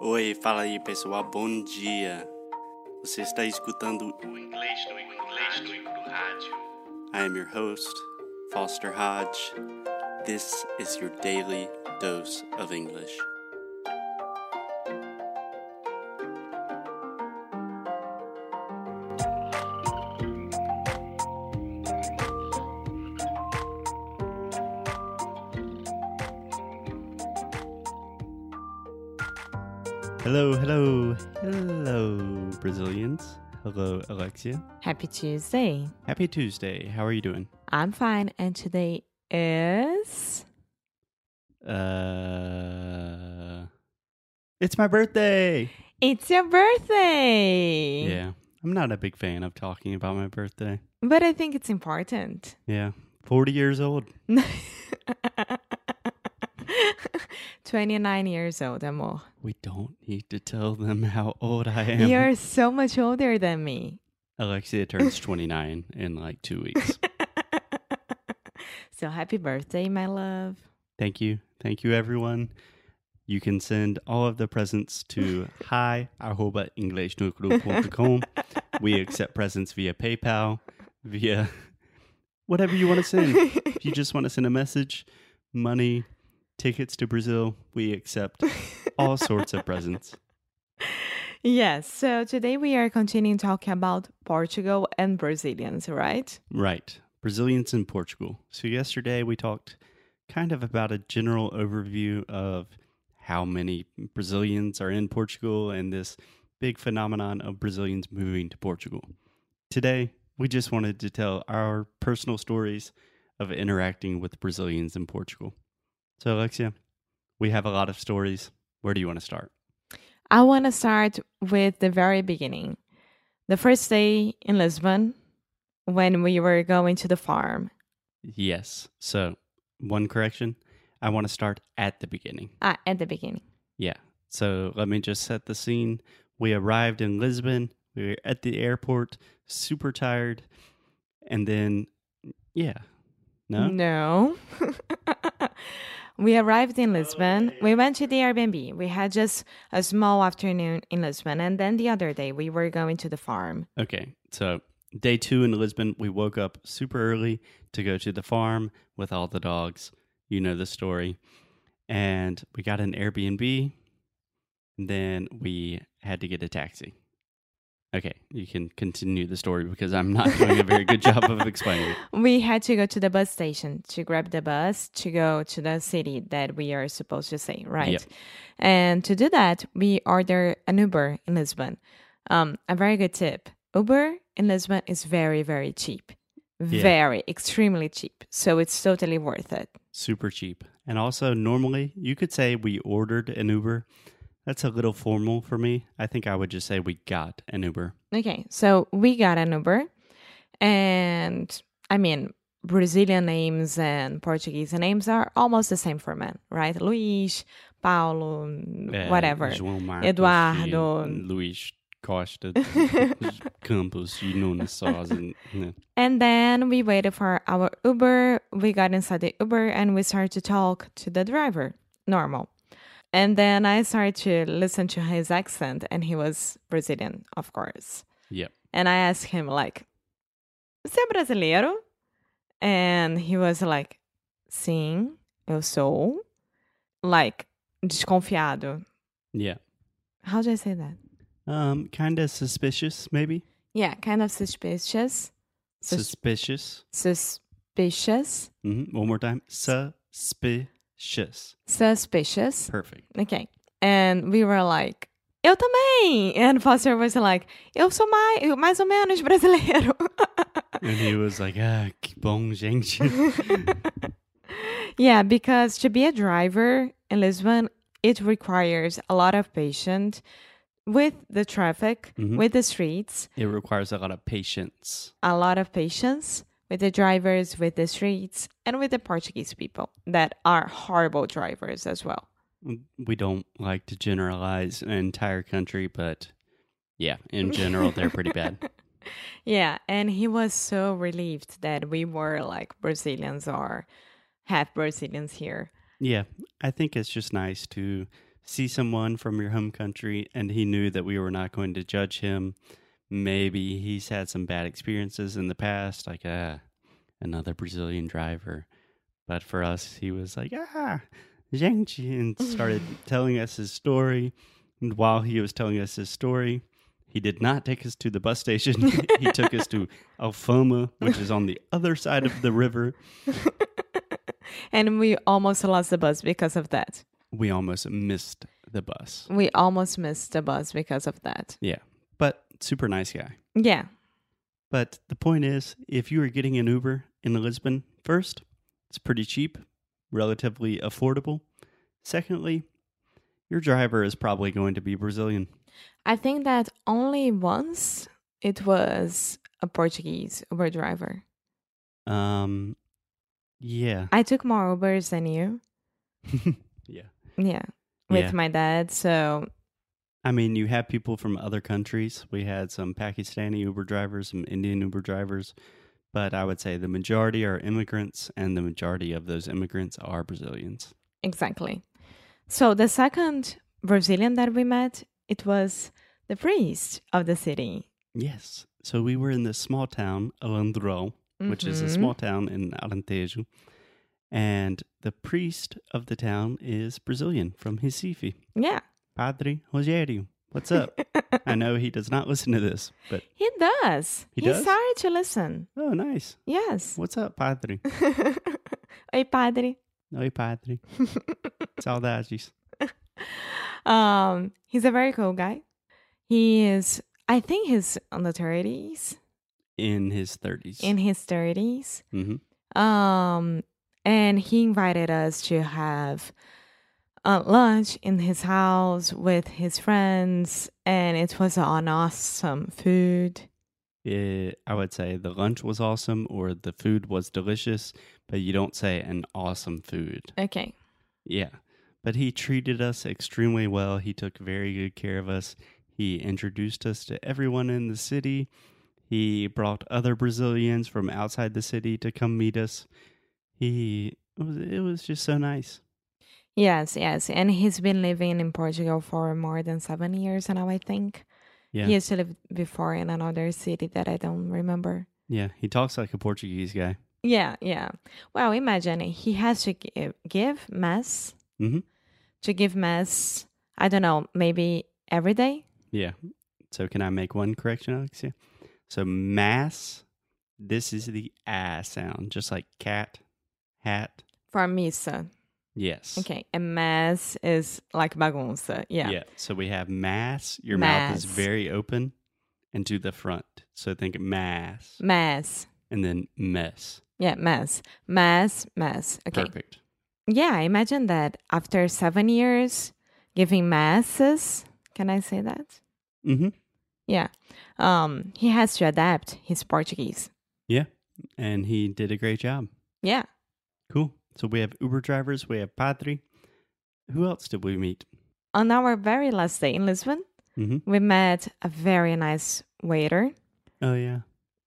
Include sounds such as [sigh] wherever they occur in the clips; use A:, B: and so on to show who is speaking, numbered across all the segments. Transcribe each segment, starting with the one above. A: Oi, fala aí pessoal, bom dia. Você está escutando
B: O inglês no inglês no do rádio.
A: I am your host, Foster Hodge. This is your daily dose of English. Hello, hello, hello, Brazilians. Hello, Alexia.
C: Happy Tuesday.
A: Happy Tuesday. How are you doing?
C: I'm fine, and today is
A: Uh, it's my birthday.
C: it's your birthday.
A: Yeah, I'm not a big fan of talking about my birthday.
C: But I think it's important. [laughs]
A: Yeah, 40 years old.
C: 29 years old, amor.
A: We don't need to tell them how old I am.
C: You're so much older than me. [laughs]
A: Alexia turns 29 in like two weeks.
C: So happy birthday, my love.
A: Thank you. Thank you, everyone. You can send all of the presents to hi arroba englishnuclear.com. We accept presents via PayPal, via whatever you want to send. If you just want to send a message, money, tickets to Brazil, we accept all sorts of presents.
C: yes, so today we are continuing talking about Portugal and Brazilians, right?
A: Right. Brazilians in Portugal. So, yesterday we talked kind of about a general overview of how many Brazilians are in Portugal and this big phenomenon of Brazilians moving to Portugal. Today, we just wanted to tell our personal stories of interacting with Brazilians in Portugal. So, Alexia, we have a lot of stories. Where do you want to start?
C: I want to start with the very beginning. The first day in Lisbon when we were going to the farm.
A: Yes. So, one correction I want to start at the beginning.
C: Ah, at the beginning.
A: Yeah. So let me just set the scene. We arrived in Lisbon. We were at the airport, super tired. And then, yeah. No?
C: No. [laughs] we arrived in Lisbon. We went to the Airbnb. We had just a small afternoon in Lisbon. And then the other day, we were going to the farm.
A: Okay. So day two in Lisbon, we woke up super early to go to the farm with all the dogs. You know the story. And we got an Airbnb. Then we had to get a taxi. Okay, you can continue the story because I'm not doing a very good job of explaining it.
C: We had to go to the bus station to grab the bus to go to the city that we are supposed to stay, right?
A: Yep.
C: And to do that, we order an Uber in Lisbon. Um, a very good tip Uber in Lisbon is very, very cheap.
A: Yeah.
C: Very, extremely cheap. So it's totally worth it.
A: super cheap. And also, normally you could say we ordered an Uber. That's a little formal for me. I think I would just say we got an Uber.
C: Okay, so we got an Uber, and I mean, Brazilian names and Portuguese names are almost the same for men, right? Luis, Paulo,
A: Uh,
C: whatever.
A: João Marcos
C: Eduardo.
A: e Luís
C: [laughs]
A: Costa, Campos e Nunes Soz. and- yeah.
C: And then we waited for our Uber. We got inside the Uber and we started to talk to the driver, normal. And then I started to listen to his accent, and he was Brazilian, of course.
A: Yep.
C: And I asked him, like, Você é brasileiro? And he was like, Sim, eu sou. Like, desconfiado.
A: Yeah.
C: How do I say that?
A: Um, kind of suspicious, maybe.
C: Yeah, kind of suspicious. Sus-
A: Suspicious.
C: suspicious.
A: hmm One more time. Suspicious.
C: Suspicious.
A: Perfect.
C: Okay. And we were like, eu também. And Foster was like, eu sou mais, eu mais ou menos brasileiro. [laughs]
A: And he was like, ah, que bom, gente.
C: [laughs] yeah, because to be a driver in Lisbon, it requires a lot of patience with the traffic,
A: Mhm.
C: with the streets,
A: it requires a lot of patience.
C: a lot of patience with the drivers, with the streets, and with the Portuguese people that are horrible drivers as well.
A: we don't like to generalize an entire country, but yeah, in general, they're pretty bad.
C: Yeah, and he was so relieved that we were like Brazilians or half Brazilians here.
A: Yeah, I think it's just nice to see someone from your home country and he knew that we were not going to judge him, maybe he's had some bad experiences in the past, like ah, another Brazilian driver. But for us, he was like, ah, Zhangji, and started telling us his story. And while he was telling us his story, he did not take us to the bus station. [laughs] he took us to Alfoma, which is on the other side of the river.
C: And we almost lost the bus because of that.
A: We almost missed the bus.
C: We almost missed the bus because of that.
A: Yeah. But super nice guy.
C: Yeah.
A: But the point is, if you are getting an Uber in Lisbon, first, it's pretty cheap, relatively affordable. Secondly, your driver is probably going to be Brazilian.
C: I think that only once it was a Portuguese Uber driver.
A: Um, yeah, [laughs]
C: I took more Ubers than you.
A: yeah.
C: Yeah. With
A: Yeah.
C: my dad. So,
A: I mean, you have people from other countries. We had some Pakistani Uber drivers, some Indian Uber drivers, but I would say the majority are immigrants, and the majority of those immigrants are Brazilians.
C: exactly. So, the second Brazilian that we met, it was the priest of the city.
A: Yes. So we were in this small town, Alandro, which is a
C: Mhm.
A: small town in Alentejo. And the priest of the town is Brazilian from Recife,
C: Yeah.
A: Padre Rogério. What's up? I know he does not listen to this, but
C: He does.
A: He does?
C: started to listen.
A: oh, nice.
C: Yes.
A: What's up, Padre?
C: [laughs] Oi, padre.
A: Oi, Padre. Saudades.
C: Um, he's a very cool guy. He is, I think he's on the 30s,
A: In his 30s.
C: in his 30s.
A: hmm
C: Um, and he invited us to have uh, lunch in his house with his friends, and it was an awesome food.
A: Eh, I would say the lunch was awesome or the food was delicious, but you don't say an awesome food.
C: Okay.
A: Yeah. But he treated us extremely well. He took very good care of us. He introduced us to everyone in the city. He brought other Brazilians from outside the city to come meet us. He it was, it was just so nice.
C: Yes, yes. And he's been living in Portugal for more than seven years now, I think.
A: Yeah.
C: He used to live before in another city that I don't remember.
A: Yeah, he talks like a Portuguese guy.
C: Yeah, yeah. Well, imagine he has to give, give mass,
A: Mhm.
C: to give mass, I don't know, maybe every day?
A: Yeah. So can I make one correction, Alexia? So mass this is the ah sound, just like cat, hat.
C: For Misa.
A: Yes.
C: Okay, and mass is like bagunça. Yeah.
A: Yeah. So we have mass. Your mouth is
C: Mass.
A: very open and to the front. So think mass
C: Mass.
A: and then mess.
C: Yeah, mass. Mass, mass. Okay.
A: Perfect.
C: Yeah, imagine that after seven years giving masses. Can I say that?
A: Mm-hmm.
C: Yeah. Um, he has to adapt his Portuguese.
A: Yeah. And he did a great job.
C: Yeah.
A: Cool. So we have Uber drivers. We have Padre. Who else did we meet?
C: On our very last day in Lisbon,
A: Mhm.
C: we met a very nice waiter.
A: Oh, yeah.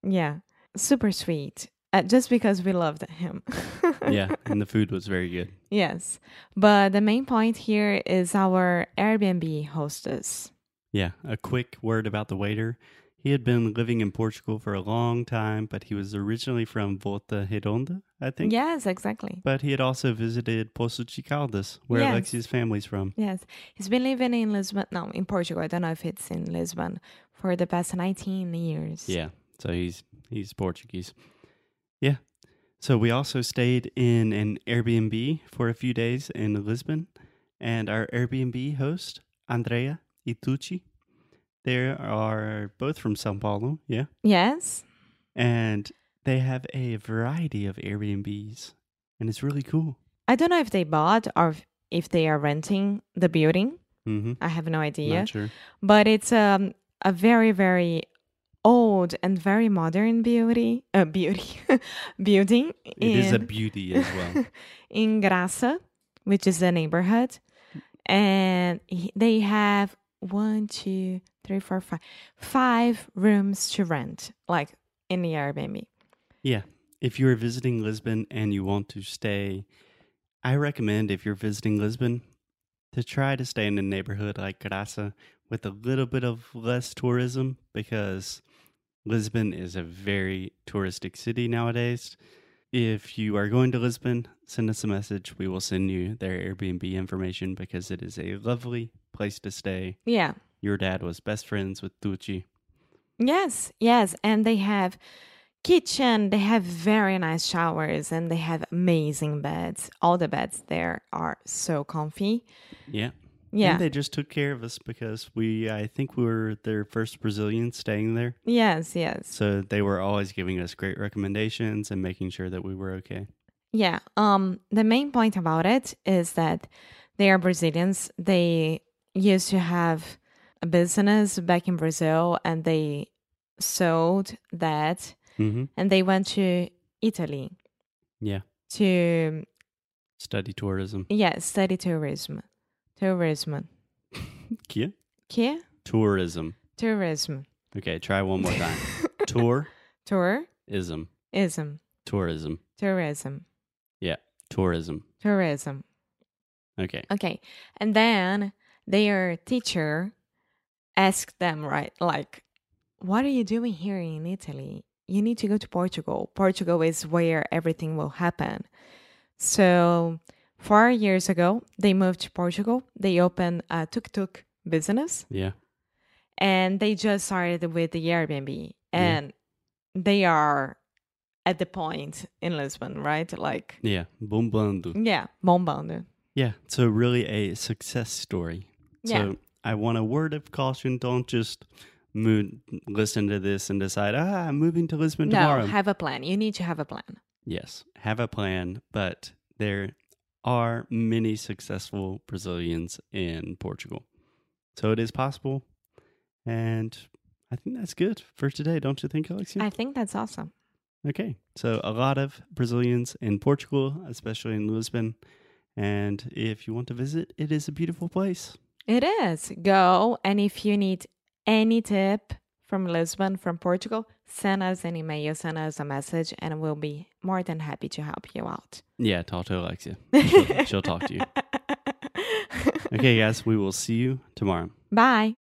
C: Yeah. Super sweet. Uh, just because we loved him. [laughs]
A: Yeah. and the food was very good.
C: Yes, but the main point here is our Airbnb hostess.
A: Yeah. A quick word about the waiter. He had been living in Portugal for a long time, but he was originally from Volta Redonda, I think.
C: Yes, exactly.
A: But he had also visited Poço de Caldas, where
C: Yes.
A: Alexia's family's from.
C: Yes, he's been living in Lisbon, no, in Portugal. I don't know if it's in Lisbon for the past 19 years.
A: Yeah. So he's he's Portuguese. Yeah. So we also stayed in an Airbnb for a few days in Lisbon, and our Airbnb host Andrea Itucci. They are both from São Paulo. Yeah.
C: Yes.
A: And they have a variety of Airbnbs, and it's really cool.
C: I don't know if they bought or if- if they are renting the building.
A: Mm-hmm.
C: I have no idea.
A: Not sure.
C: But it's um, a very, very old and very modern beauty, uh, beauty [laughs] building.
A: It is a
C: in-
A: beauty as
C: [laughs]
A: well.
C: in Graça, which is the neighborhood. And he- they have one, two, three, four, five, five rooms to rent, like in the Airbnb.
A: Yeah. If you're visiting Lisbon and you want to stay, I recommend if you're visiting Lisbon to try to stay in a neighborhood like Graça with a little bit of less tourism because Lisbon is a very touristic city nowadays. If you are going to Lisbon, send us a message. We will send you their Airbnb information because it is a lovely place to stay.
C: Yeah.
A: Your dad was best friends with Tucci.
C: Yes, yes, and they have kitchen, they have very nice showers and they have amazing beds. All the beds there are so comfy.
A: Yeah.
C: Yeah.
A: And they just took care of us because we, I think we were their first Brazilian staying there.
C: yes, yes.
A: So they were always giving us great recommendations and making sure that we were okay.
C: Yeah. Um the main point about it is that they are Brazilians. They used to have a business back in Brazil and they sold that
A: Mm-hmm.
C: and they went to Italy
A: Yeah.
C: to
A: Study tourism.
C: yeah, study tourism. Tourism.
A: Yeah.
C: Que?
A: Tourism.
C: Tourism.
A: Okay, try one more
C: [laughs]
A: time. Tourism.
C: Tourism.
A: Tourism.
C: Tourism.
A: Tourism.
C: Tourism.
A: Okay.
C: Okay. And then their teacher asked them, right, like, what are you doing here in Italy? You need to go to Portugal. Portugal is where everything will happen. So, four years ago, they moved to Portugal. They opened a tuk tuk business
A: Yeah.
C: and they just started with the Airbnb.
A: Yeah.
C: And they are at the point in Lisbon, right? Like,
A: Yeah. Bombando.
C: yeah, bombando.
A: Yeah. So, really a success story.
C: Yeah.
A: So, I want a word of caution. Don't just move, listen to this and decide, ah, I'm moving to Lisbon
C: No,
A: tomorrow.
C: have a plan. You need to have a plan.
A: Yes, have a plan, but there are many successful Brazilians in Portugal. So it is possible. And I think that's good for today, don't you think, Alexia?
C: I think that's awesome.
A: okay. So a lot of Brazilians in Portugal, especially in Lisbon. And if you want to visit, it is a beautiful place.
C: It is. Go. And if you need any tip from Lisbon, from Portugal, send us an email, send us a message, and we'll be more than happy to help you out.
A: Yeah, talk to Alexia.
C: [laughs]
A: She'll, she'll talk to you. Okay, guys, we will see you tomorrow.
C: Bye.